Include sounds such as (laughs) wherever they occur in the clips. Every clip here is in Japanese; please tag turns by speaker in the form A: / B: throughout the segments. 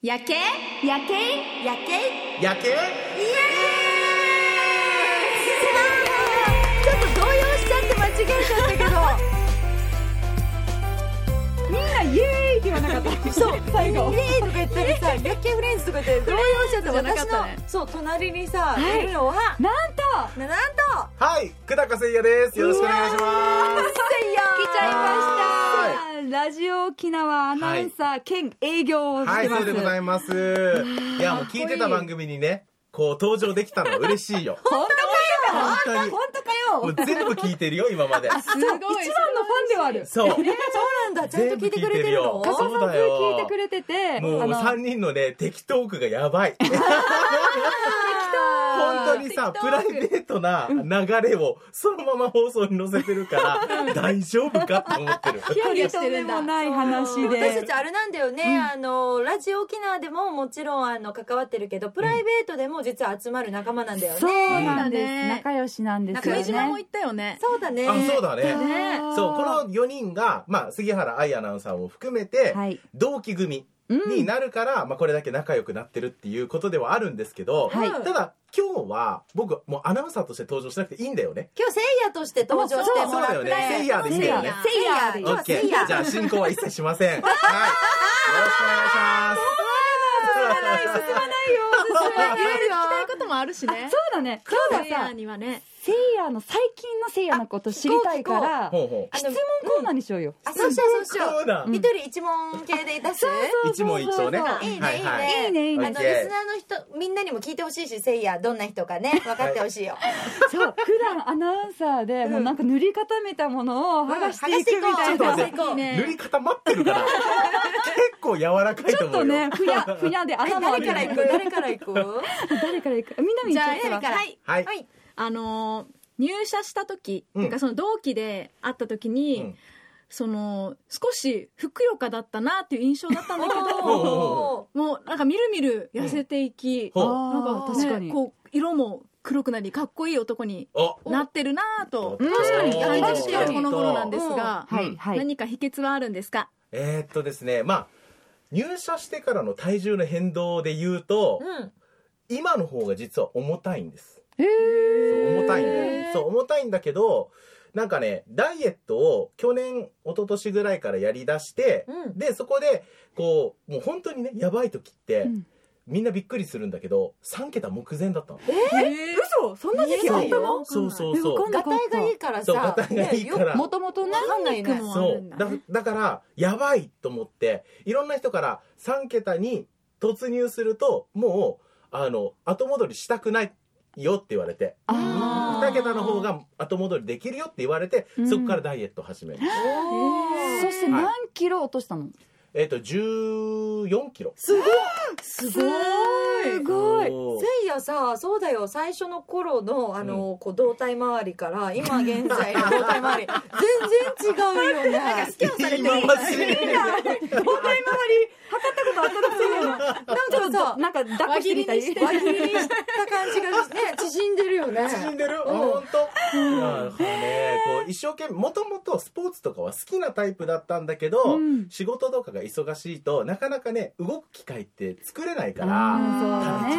A: 夜景夜景夜景
B: やけ
A: イエーイちょっと動揺しちゃって間違えちゃったけどみんなイエーイって言わなかったそう最後イエーイとか言ったりさ夜景フレンズとか言って動揺しちゃって
C: じゃなか
A: 私
C: った
A: の、
C: ね
A: そう隣にさ、
C: は
A: い、
C: い
A: るのは
C: なんと
A: ななんと
B: はい久高誠也ですよろしくお願いします
A: せいや
C: 来ちゃいましたラジオ沖縄アナウンサー兼営業をし
B: は
C: て
B: い
C: ま
B: そう
C: す、
B: でございますいやもう聞いてた番組にねこう登場できたの嬉しいよ
C: (laughs) 本当かよ
B: 本当に
C: 本当かよ
B: もう全部聞いてるよ今まです
C: ごい一番のファンではある
B: そう
A: そうなんだちゃんと聞いてくれてるの
B: 全部聞いてるよ
C: 重
B: そう
C: さず
B: だよ
C: 聞いてくれてて
B: も
C: あ
B: う
C: の
B: 三人のね適当区がやばい本当にさプライベートな流れをそのまま放送に載せてるから大丈夫かって思ってる
A: 距離をして
C: 取
A: る
C: り留
A: ん
C: め
A: だ
C: もない話で
D: 私たちあれなんだよね、あのラジオ沖縄でももちろんあの関わってるけどプライベートでも実は集まる仲間なんだよね、
C: そうなんです、
A: そうだね
C: 仲良しなんですよ
A: 中島も
C: ね
A: 行ったよね
D: そうだね
B: あそうだね
A: ね
B: そうこの4人が、まあ、杉原愛アナウンサーも含めて、
C: はい
B: 同期組になるから、まあ、これだけ仲良くなってるっていうことではあるんですけど、
C: はい
B: ただ今日は僕もうアナウンサーとして登場しなくていいんだよね。
D: 今日せいやとして登場してもら
B: あそうそう
D: う
B: だよねせいやでいいん
C: せ
B: だ
C: い
B: よね
C: やせいやで
B: オ
D: 今日は
B: ッケ
D: せい
B: ー
D: や
B: じゃあ進行は一切しません。はい、よろしくお願いします。
C: 進まないよ進まないよ
A: たいこともあるしね
C: そうだね今日はさ
A: にはね
C: せいやの最近のせいやのこと知りたいから
B: ほうほう
C: 質問コーナーにしようよ
D: あそうしようそうしよ
B: そうだ
D: う一人一問系で出す
C: そう
B: 一問一答ね。
C: そう
D: いいね
B: はい
D: い
B: はい
D: ね
C: いいねいい
D: あ
C: ね
D: の
B: オ
D: リ
B: ッ
D: ス
B: ケー
D: ナーの人みんなにも聞いてほしいしせいやどんな人かね分かってほしいよ、
C: そう普段アナウンサーでもうなんか塗り固めたものを剥がしていくみた
B: ちょ
C: い
B: っと
C: な、
B: 待
C: ち
B: って塗り固まってるから結構柔らかいと
C: ょっ
B: 思
C: と
B: うよ
C: ね。ふやふやで
D: え
C: 穴も開
D: 誰
C: け
D: から
C: て
D: 行く誰
C: る
D: から (laughs) 行く
C: (laughs) 誰から行くみんなみ
A: じ
C: に行
A: ゃあ
C: っちゃ
A: 誰
C: っ
A: か
C: た
A: ら
C: ら
A: はい
B: はい
D: は。い
A: あのー入社した時、
B: う
A: っ
B: ん
A: ていうかその同期で会った時に、
B: うん
A: その少しふくよかだったなっていう印象だったんだけ
B: おー
A: どもうなんかみるみる痩せていき、
B: ほう
C: あ
A: なん
C: ー
A: か、ね
C: 確かに
A: こう色も黒くなりかっこいい男に
B: お
A: なってるなぁと
B: 確
C: かに
A: 感じているこの頃なんですが、
B: うん
C: はいはい
A: 何か秘訣はあるんですか
B: えー、っとですねまあ入社してからの体重の変動で言うと、
D: うん
B: 今の方が実は重たいんですそ
C: へ
B: う
C: え
B: 重たいんだよそう重たいんだけどなんかねダイエットを去年一昨年ぐらいからやりだして、
D: うん
B: でそこでこうもう本当にねやばい時って、
C: うん
B: みんなびっくりするんだけど3桁目前だったの
C: 嘘そんな時期
B: そ
C: あっ
B: う
C: たの
B: そうそう
C: えわ
B: そ
C: かん
B: う
C: な
D: ガ
C: かっ
D: タイ
C: た
D: がいいから
B: そう
D: さ
B: ガタイがいい
D: ねよ
B: から
C: もともとね
D: わかんないね
A: もあ
B: そ
A: る
B: うん
A: だ
B: だだからやばいと思っていろんな人から3桁に突入するともうあの後戻りしたくないよって言われて
C: あ
B: 2桁の方が後戻りできるよって言われて
C: うん
B: そこからダイエットを始める、
C: ーそして何キロ落としたの
B: えっ、と14キロ
D: すごい
A: すごい
C: すごい
B: おー
D: せいやさそうだよ最初の頃のあの、こう胴体周り (laughs) から今現在の胴体周り全然違う (laughs) よね
B: 言い回し
C: 大体周り測ったことあっ
D: な
C: たの
D: んかさ
C: なんか抱っこしてみたい
A: 輪切りにして
D: 輪切りにした感じが (laughs) ね縮んでるよね
B: 縮んでる、あ本当、なんかねこう一生懸命もともとスポーツとかは好きなタイプだったんだけど、
C: うん
B: 仕事とかが忙しいとなかなかね動く機会って作れないか
C: うん
B: ら
C: そ
B: 食
C: う
B: べちゃ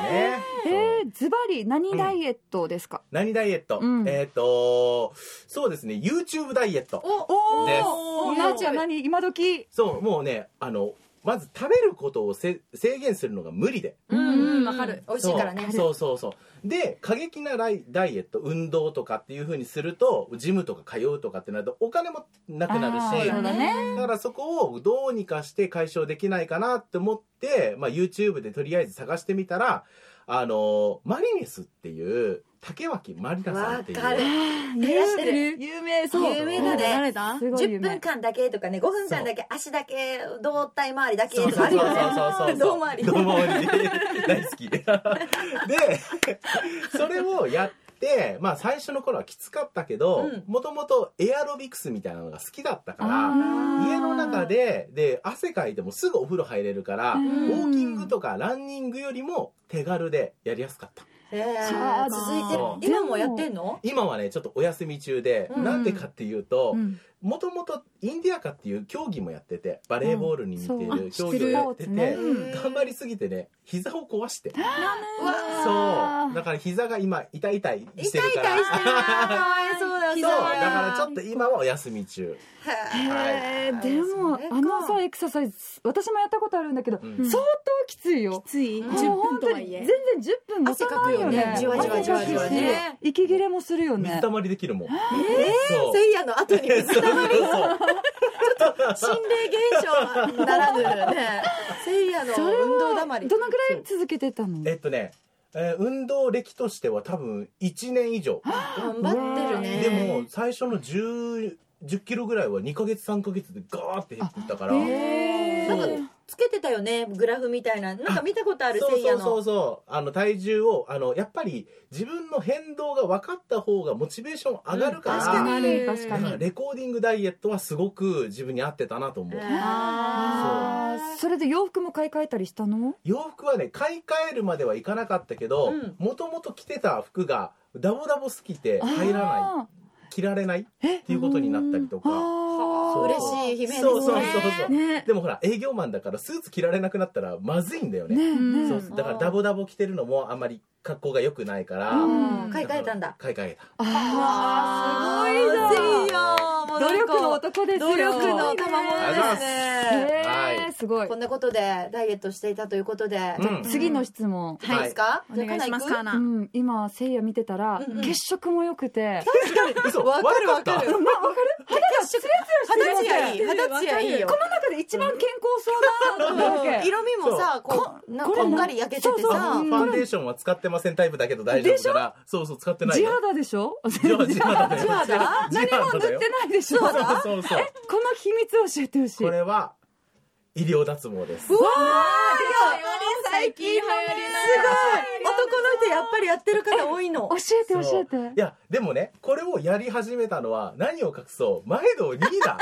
B: うん
C: ね
B: だよね、
C: え
B: そう
C: ー、ズバリ何ダイエットですか、
B: 何ダイエット、
C: うん
B: えっ、とそうですね YouTube ダイエット
C: お
B: です
C: おなちゃん何今時
B: そうもうねあのまず食べることをせ制限するのが無理で
A: うんうんわかる
D: 美味しいからね
B: そうそうそうそうで過激なライダイエット運動とかっていうふうにするとジムとか通うとかってなるとお金もなくなる
C: あー
B: し
C: そうだね
B: だからそこをどうにかして解消できないかなって思って、まあ、YouTube でとりあえず探してみたらあのマリネスっていう竹脇まりなさんっていう
D: わかる
C: 流
D: 行ってる
C: 有名そう
D: 有名
B: だね
A: 誰だ
C: すごい有
D: 10分
C: 名
D: 間だけとかね5分間だけ足だけ胴体周りだけ
B: そう
D: と
B: そ
D: か
B: う
D: あ
B: そ
D: る
B: う
D: よね
B: そうそう
D: 胴回
B: 胴
D: り
B: 回り大
D: (laughs)
B: 好きでそれをやってまあ最初の頃はきつかったけど
D: うん
B: もともとエアロビクスみたいなのが好きだったから
C: あー
B: 家の中でで汗かいてもすぐお風呂入れるから、ウォーキングとかランニングよりも手軽でやりやすかった
D: え
C: そう
D: ー続いてる
B: そう
D: 今もやってんの
B: 今はねちょっとお休み中で、
D: うん
B: なんでかっていうと、
C: うん
B: もともとインディアカっていう競技もやっててバレーボールに似て
C: うんそ
B: る競
C: うあ
B: 技をやって
C: 知って
B: て
C: る
D: うん
B: 頑張りすぎてね膝を壊して
D: うわ
B: そうだから膝が今痛い痛いして
D: 痛い痛い
B: る
D: して
B: か
D: る
B: ら
D: かわいそうだ
B: (laughs) そう
D: そう
B: だ
D: だ
B: からちょっと今はお休み中
D: へ
B: は
C: へえ
D: はい
C: でも
D: それか
C: あのさエクササイズ私もやったことあるんだけど、
B: うん
C: 相当きついよ
E: つい
C: もう
E: 10分
C: 本
E: と
C: 当
E: は
C: に
E: いえ
C: 全然10分もたないよね
D: 汗かくよねじわじわじわじわね
C: 汗かくし息切れもするよ
B: 水
C: ね
B: たまりできるもんそう
D: せいやの後に水溜ま
B: (laughs)
D: り
B: そう
D: 心霊現象ならぬねせいやの
C: それは
D: 運動だまり
C: どのぐらい続けてたの
B: えっとね、えー運動歴としては多分1年以上
D: 頑張ってるね
B: でも最初の10 10キロぐらいは2ヶ月3ヶ月でガーって減っていったから、
C: へ
B: そ
C: ー
B: う
D: つけてたよねグラフみたいななんか見たことある
B: そ
D: せ
B: う
D: いや
B: そうそ
D: の
B: うそうあの体重をあのやっぱり自分の変動が分かった方がモチベーション上がるから、
D: 確かにある
C: 確か
B: だ
C: に
B: からレコーディングダイエットはすごく自分に合ってたなと思う、
C: あーそれで洋服も買い替えたりしたの
B: 洋服はね買い替えるまではいかなかったけど
D: うん
B: もともと着てた服がダボダボすぎて入らない
C: あ
B: 着られないっ
C: ーえ
B: ていうことになったりとか
C: あ
B: そう
C: ー
D: 嬉しい悲鳴ですね
B: そうそうそうそう
C: ね
B: でもほら営業マンだからスーツ着られなくなったらまずいんだよね
C: ねえ
E: ん
C: ね
B: そう
C: え
B: そうだからダボダボ着てるのもあんまり格好が良くないから、
C: うん
D: 買い替えたんだ
B: 買い替えた
C: あー
D: せいやもう
C: 努
D: なんか
C: 力の男ですよ
D: 努力
B: あ
D: の賜
B: りが
D: 物
B: とうございま
D: ですす
C: へ
D: ね
B: は
C: え
B: い
C: すごい
D: こんなことでダイエットしていたということで、
B: うん
C: 次の質問
D: いいですか、
E: お願いします
D: じ
E: カ
D: ゃあ
E: ー
D: か
E: ナ
C: うん今せいや見てたら
D: うんうん
C: 血色も良くて
B: 嘘
D: わかるわ
B: 悪
D: か
B: った
D: る
C: まあわかる肌がツヤツ
D: な
C: ヤ
D: い
C: して
D: 二十歳はいい二十
C: るわ
D: 歳はいいよ
C: けこの中で一番健康そうなわけ
D: 色味もさこうなこんがり焼けてて
C: そう
B: あ
D: さ
B: ファンデーションは使ってませんタイプだけど大丈夫からそうそう使ってない
C: 地
B: よ
C: 肌でしょ
B: 地肌地肌だよ
D: 地肌
B: 地
C: (laughs) 何も
B: 肌だ
C: 塗
B: よ
C: ってないでしょ
B: そう
C: こ
B: そうそうそう
C: の秘密を教えてほしい
B: これは医療脱毛です
D: うわ
E: 最近流行
D: すごい男の人やっぱりやってる方多いの
C: 教えて教えて
B: そういやでもねこれをやり始めたのは何を隠そう前堂ニー
C: (laughs)
B: ナ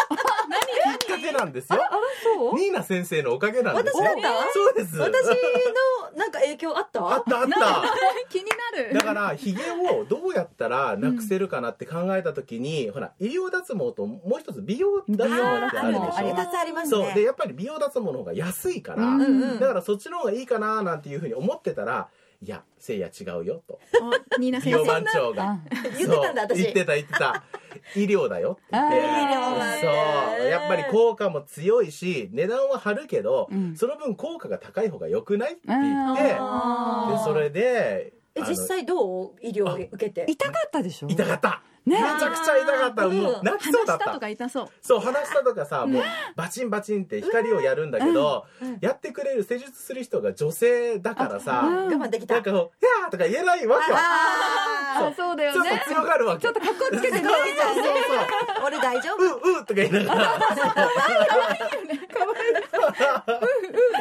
B: きっかけなんですよ
C: あらそう
B: ニーナ先生のおかげなんですよ
D: 私だった
B: そうです
D: 私のなんか影響あった
B: あったあった
E: 気にな
C: (laughs)
E: る
B: だからひげをどうやったらなくせるかなって考えた時に、ほら医療脱毛ともう一つ美容脱毛ってあるでし
C: 美容脱毛あり
B: ょ
C: ま
D: 二つあります
B: そうで
D: ね
B: やっぱり美容脱毛の方が安いから、
C: うん
D: うん
B: だからそっちの方がいいかななんていうふうに思ってたらいやせいや違う
C: (laughs)
B: よと
E: おニーナ
B: 美
E: 先
B: 容
E: 生
B: 番長が
C: あ
D: 言ってたんだ
B: そう
D: 私
B: 言ってた言ってた医療だよって言って
C: あー医療だ
D: ね
B: そうやっぱり効果も強いし値段は張るけど、
C: うん
B: その分効果が高い方が良くないって言ってで
D: あー
B: それで
D: え
B: あの
D: 実際どう医療を受けて
C: 痛かったでしょ
B: 痛かっため
C: ね
B: ちゃくちゃ痛かった
D: うん
B: もう泣きそ
E: 話
B: う
E: し
B: だった
E: と
B: た
E: か痛そう
B: そう話したとかさもうバチンバチンって光をやるんだけど
D: うん
B: やってくれる施術する人が女性だからさ
D: 我慢できた
B: なんかこう「やー!」とか言えないわけよ
D: あ
C: あそうだ
B: ちょっと
C: よね
B: 強がるわけ
C: ちょっとかっこつけてね
B: そうそうそうそう
D: ー俺大丈夫
B: ううとか言いながら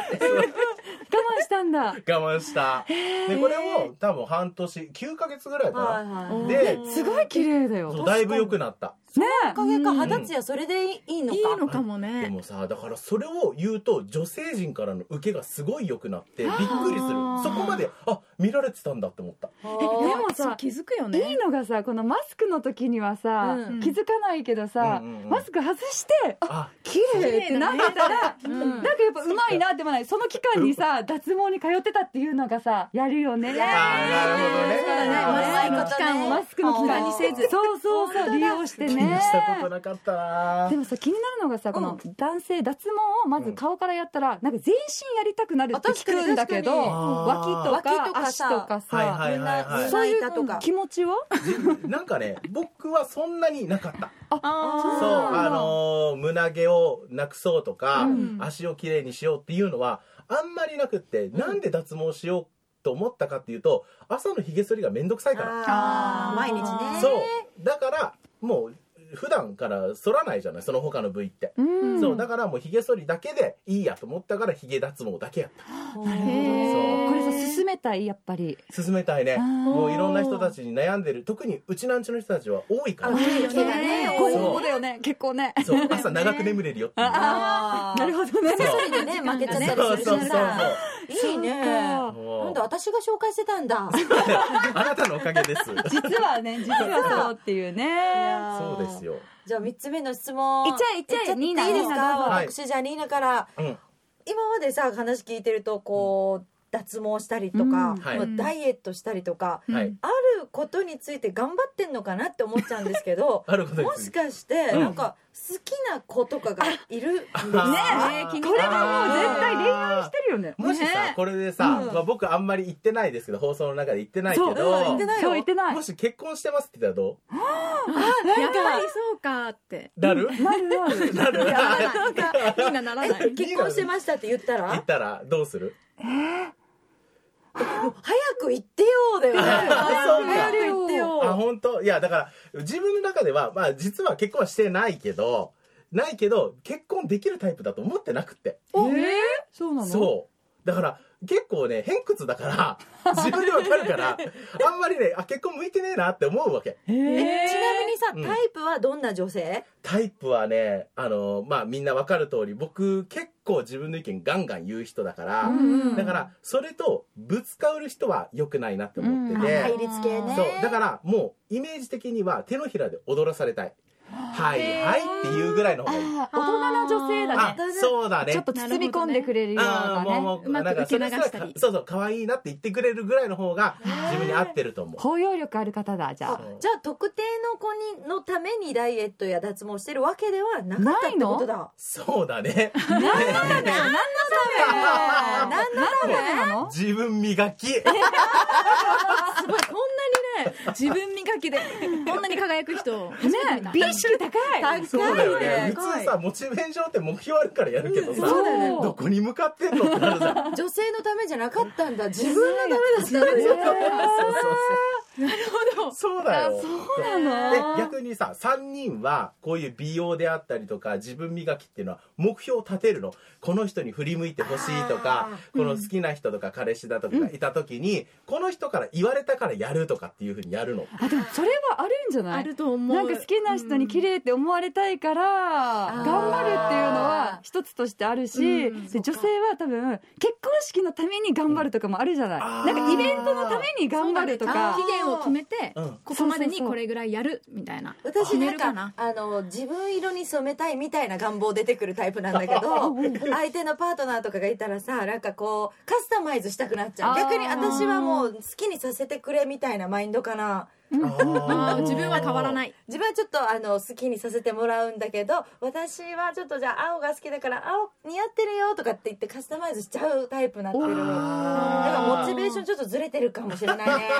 C: 我慢したんだ
B: 我慢したでこれを多分半年9ヶ月ぐらい
D: はい
B: か
D: はい
B: なです
C: ごい綺麗だ
B: そう
C: よ
B: だいぶ良くなった
C: ね
D: おかげか肌ツヤそれでいいの
E: い
D: か
E: いのかも
B: で
E: ね
B: もさだからそれを言うと女性陣からの受けがすごい良くなってびっくりする
E: あー
B: そこまであ見られてたんだって思った
D: あ
E: えで
D: ー
E: もさ気づくよ
C: い
E: ね
C: いのがさこのマスクの時にはさ、
D: うん
C: 気づかないけどさ、
B: うんうんうん
C: マスク外してあ
B: あ
C: 綺麗ってなってたら、なんかやっぱうまいなってもないその期間にさ脱毛に通ってたっていうのがさやるよね
B: あーなるほどね
D: ね
E: マスクの期間を
C: マスクの期間
D: 無駄にせず
C: そうそうそう利用して
B: 気
C: ね
B: にしたことなかったな
C: でもさ気になるのがさこの男性脱毛をまず顔からやったら、なんか全身やりたくなるって聞くんだけど
D: あ確
B: かに
C: 脇とか
D: 脇とか
C: 足
D: さ
C: とかさ、
B: はいはいはい
D: みんな
B: は
C: そういう
D: 胸板とか
C: 気持ちは
E: (laughs)
B: いなんかね僕はそんなになかった
E: あ
B: そうあのー胸毛をなくそうとか、
E: うん
B: 足をきれいにしようっていうのはあんまりなくって、なんで脱毛しようと思ったかっていうと朝のひげ剃りがめんどくさいか
D: あー毎日
B: ら
D: ね
B: そうだからもう普段から剃らないじゃないその他の部位って、
C: うん
B: そうだからもうひげ剃りだけでいいやと思ったからひげ脱毛だけやっ
E: へー
C: これさ進めたいやっぱり
B: た進めたいね
C: あー
B: もういろんな人たちに悩んでる特にうちなんちの人たちは多いから
D: あ多いよね
C: ね
D: そ
C: こ
D: う
C: ういうことだよね結構ね
B: そう朝長く眠れるよっていう
C: あ
D: あ
C: なるほどね
B: そう
D: 一人でね負けちゃった
B: そう
D: りす
B: そうそう
D: るし
B: そう
D: さいいねな
B: もうん
D: だ私が紹介してたんだ
B: あなたのおかげです。そう
C: 実はね、実はそうっていうね。
B: ですよ。
D: じゃあ3つ目の質問
C: いっちゃえいっちゃえ
D: っていい
C: ニーナ
D: ですか
C: どう
B: ぞはい
D: 私じゃあリーナから
B: うん。
D: 今までさ話聞いてるとこう脱毛したりと
C: う
D: か
C: ん
B: はい
D: まあダイエットしたりとか
B: はい
E: うん
D: あることについて頑張ってんのかなって思っちゃうんです
B: (laughs)
D: けど
B: あること
D: も
B: で
D: し
B: す。
D: かして
B: うん
D: なんか好きな子とかがいるんです
B: あー
C: ね
B: あー
C: え、これはもう絶対恋愛してるよね。
B: もしさ、これでさ、まあ僕あんまり言ってないですけど、放送の中で言ってないけ
C: そう、
B: ど、
C: そう言ってない
B: も。し結婚してますって言ったらど
E: やっぱりそうかって。
B: うなる
C: なるなる。
B: なる
E: いやならない。みんなな (laughs) らない。
D: 結婚してましたって言ったら
B: 言ったらどうする
D: 早く言ってよだよね
B: そうか
D: 早く言って
B: あ
D: よ
B: 本当いやだから自分の中ではまあ実は結婚はしてないけどないけど結婚できるタイプだと思ってなくって
C: えーそうなの
B: そうだから結構ね偏屈だから (laughs) 自分でわかるからあんまりねあ結婚向いてねえなって思うわけ
C: え
D: え
C: ー
D: ちなみにさ
B: うん
D: タイプはどんな女性
B: タイプはねあのまあみんなわかる通り僕結構自分の意見ガンガン言う人だから、
E: うん
B: だからそれとぶつかる人は良くないなって思ってて、
D: 対立系ね
B: そうだからもうイメージ的には手のひらで踊らされたいはいはいっていうぐらいの方がいい
C: あー大人な女性
B: あ
C: だね。
B: そうだね
C: ちょっと包み込んでくれるよう
B: あ
C: な
B: あもうも
C: ね。
B: う
E: うまく
B: なんかそれ
E: 受け流したり
B: それはそうそう可愛いなって言ってくれるぐらいの方が自分に合ってると思う
C: 包容力ある方だ、じゃ
D: あ
C: あ。
D: じゃあ特定の子にのためにダイエットや脱毛してるわけではなかったってことだ
B: そうだね (laughs)
D: あーなんだ
C: 何のためなの
B: 自分磨き
E: すごいこんなにね自分磨きで (laughs) こんなに輝く人初めて見た
C: ね美意識高い
B: そうだよね
D: 高い
B: 普
D: ね
B: 通さモチベーションって目標あるからやるけどさ
D: そうだよ
C: そう
B: どこに向かってんのってなるじゃんそう
D: 女性のためじゃなかったんだ自
B: (laughs)
D: 分のためだったん
B: そ
D: だ
B: うそうそうだよ
C: そうな
B: で
C: の
B: 逆にさ3人はこういう美容であったりとか自分磨きっていうのは目標を立てるのこの人に振り向いてほしいとかこの好きな人とか彼氏だとかがいた時に、この人から言われたからやるとかっていうふうにやるの
C: (laughs) あ、でもそれはあるんじゃな
E: あ
C: い
E: ると思う
C: なんか好きな人に綺麗って思われたいから、頑張るっていうのは一つとしてあるし、
E: うん
C: で女性は多分結婚式のために頑張るとかもあるじゃない、
B: あー
C: なんかイベントのために頑張るとか、
E: 期限を決めて
B: うん
E: ここまでにこれぐらいやるみたいな
D: 私
E: 決め
D: なん
E: るか
D: か
E: な
D: あの自分色に染めたいみたいな願望出てくるタイプなんだけど相手のパートナーとかがいたらさなんかこうカスタマイズしたくなっちゃ
C: あ
D: う
C: ー
D: 逆に私はもう好きにさせてくれみたいなマインドかな
E: あ (laughs) ー自分は変わらないい
D: 自分はちょっとあの好きにさせてもらうんだけど私はちょっとじゃあ青が好きだから青似合ってるよとかって言ってカスタマイズしちゃうタイプになってるだからモチベーションちょっとずれてるかもしれないね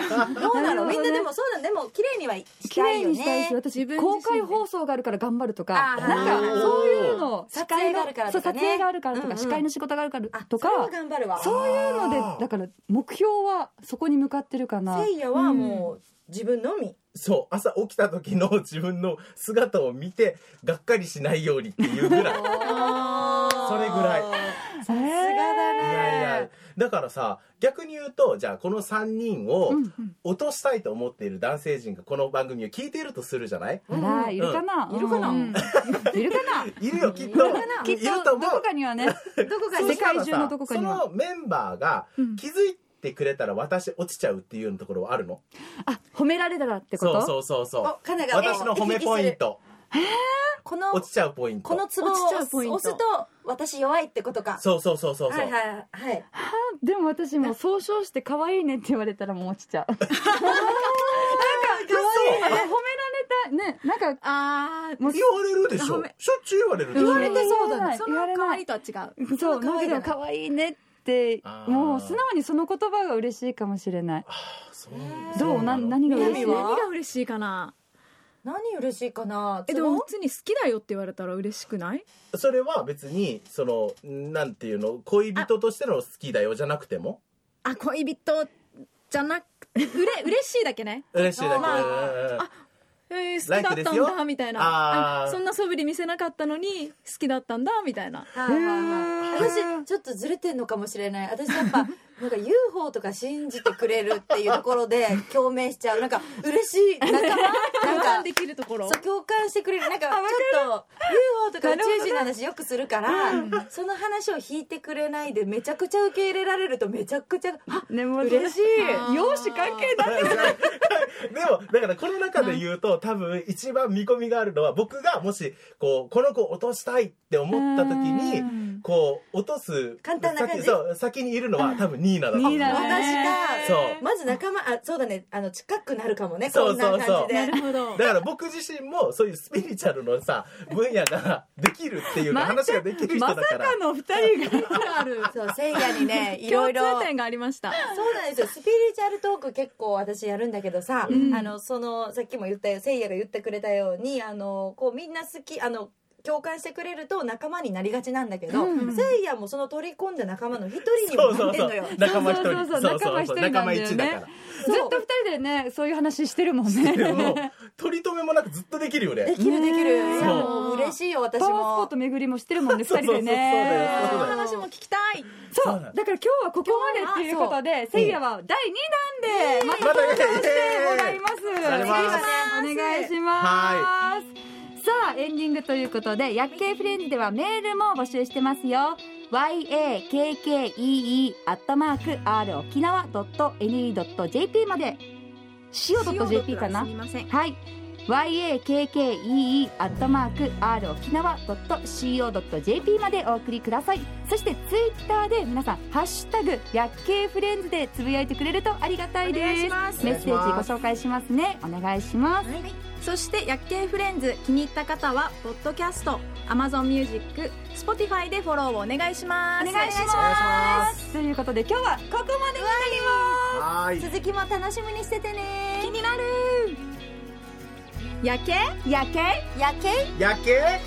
D: どうなのみんなでもそうなのでも綺麗にはし
C: 綺
D: たい
C: 麗
D: よ
C: にしたい
D: ね
C: し私
E: 自分
C: 公
E: 自身で
C: 開放送があるから頑張るとか
D: あー
C: なん
B: はい
C: かそういうの
D: 撮影があるからとかね
C: そう撮影があるからとか、
D: うんうん
C: 司会の仕事があるから
D: あ
C: とか
D: それは頑張るわ
C: そういうの
B: あ
C: で
B: ー
C: だから目標はそこに向かってるかな
D: せいやはもう自分のみ
B: そう朝起きた時の自分の姿を見てがっかりしないようにっていうぐらいいそれぐらい
C: さすがだ
B: やいやだからさ逆に言うとじゃあこの3人を
C: うん
B: 落としたいと思っている男性陣がこの番組を聞いているとするじゃない
C: あらいるかな、
D: いるかな
C: うんいるかない
B: るよきっと
C: きっ
B: いると
C: とど
B: 思
C: こ
B: う
C: かにはね
D: どこか
C: 世界中のどこかには
B: そのメンバーが
E: うん
B: 気づいてくれたら私落ちちゃうっていうところはあるの、
C: あ褒められたらってこと
B: そうそうそうそ
D: お
B: う
D: カナが
B: 私の褒めポイント
D: この
B: 落ちちゃうポイント
D: このツボを
E: 落ちちゃ
D: 押
E: うポイント
D: すと私弱いってことか
B: そうそうそうそうそう、
D: はいはいはい
C: でも私も総称して可愛いねって言われたらもう落ちちゃうなんか可愛いね褒められたねなんか
E: あー
C: もう
B: 言われるでし
E: ご
B: ょ
E: めん
B: しょっちゅう言われるでし
E: 言
B: ょ
E: われてそうだねそ
C: 言
E: の
C: われない
E: 代わりとは違う
C: そう
D: 可
C: だ
D: 愛
C: け
D: いじゃな
C: ど
D: い
C: 可愛いねって
B: あー
C: もう素直にその言葉が嬉しいかもしれない
B: そう
C: どうな何が嬉し
E: 何
C: い
D: は
E: が嬉しいかな
D: 何嬉しいかな
E: え
D: ツ
E: で
D: ボ
E: も普通に好きだよって言われたら嬉しくない
B: それは別にそのなんていうの恋人としての好きだよじゃなくても
E: あ恋人じゃなくて (laughs) うれ嬉しいだけね
B: 嬉しいだけ、
D: まあ
B: うんうんうん
E: えー、好きだった
B: ライクです
E: ん
B: よ
E: だみたい
B: あ
E: な
B: ー
E: あそんな素振り見せなかったのに好きだったんだみたいな
D: はいはいはい
C: へー
D: (laughs) 私ちょっとずれてんのかもしれない私やっぱなんか UFO とか信じてくれるっていうところで共鳴しちゃうなんか嬉しい仲間
E: 共
D: な
E: 感
D: んか
E: できるところ
D: そう共感してくれるなんかちょっと UFO とか宇宙人の話よくするからその話を引いてくれないでめちゃくちゃ受け入れられるとめちゃくちゃあ
C: ねもう
D: 嬉しい
C: 容姿関係
B: (laughs)
C: ない
B: でも、だからこの中で言うと、多分一番見込みがあるのは、僕がもし、こう、この子落としたいって思った時
C: う
B: に、こう、落とす、
D: 簡単な感じ
B: 先そう、先にいるのは多分ニーナだと思う。
C: ニーナだね
D: 私が
B: そう
D: まず仲間あそうだねあの近くなるかもね
B: そ
D: こ
B: うん
D: な
B: そうそう
D: 感じで
E: なるほど
B: だから僕自身もそういうスピリチュアルのさ分野ができるっていうか話ができる人だ
C: まさ
B: から、
C: かの二人が
E: ある
D: (laughs) そうせいや
B: (laughs)
D: にねいろ
E: 共
D: いろ
E: 通点がありました
D: そうなんですよスピリチュアルトーク結構私やるんだけどさ、あのそのさっきも言ったよせいやが言ってくれたようにあのこうみんな好きあの共感してくれると仲間になりがちなんだけど、せいやもその取り込んだ仲間の一人に
B: そう
D: も
B: そ
D: なっ
B: う
D: て
B: そ
D: んのよ
B: う仲間一人
C: そうそう
B: そ
C: そう
B: うそうそう仲
C: 仲間
B: 間
C: 一人
B: 一
C: な
B: だ
C: ん
B: から
C: だよねずっと二人でねそういう話してるもんね
B: でも取り留めもなくずっとできるよね
D: できるできる
C: ね
D: いやもう嬉しいよ私
C: パワースポッ
D: も
C: ト巡りもしてるもんね
B: そう
C: 二人でね
B: そうそうそうそうだよ
E: その
B: そうだよ
E: 話も聞きたい
C: そう
B: そうだよ
C: だから今日はここまでっていうことでせいやは第2弾でまた
B: また
C: 登場してもらいます
B: ありがとうございます
C: お願いしますさあエンディングということで「薬系フレンズ」ではメールも募集してますよ yakkee.rokinawa.ne.jp まで .jp かな
E: すみません
C: はい。yakkee.rokinawa.co.jp までお送りください。そしてツイッターで皆さん、ハッシュタグ、薬系フレンズでつぶやいてくれるとありがたい
E: お
C: です。
E: 願いします
C: メッセージご紹介しますね。お願いします。
E: そして薬系フレンズ気に入った方はポッドキャスト Amazon ミュージック Spotify でフォローをお願いします
C: お願いしますということで今日はここまでになりま
B: はーい
D: 続きも楽しみにしててね
E: 気になる薬系
C: す。薬系
D: やけ
B: やっけ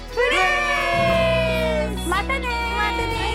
C: またねまたね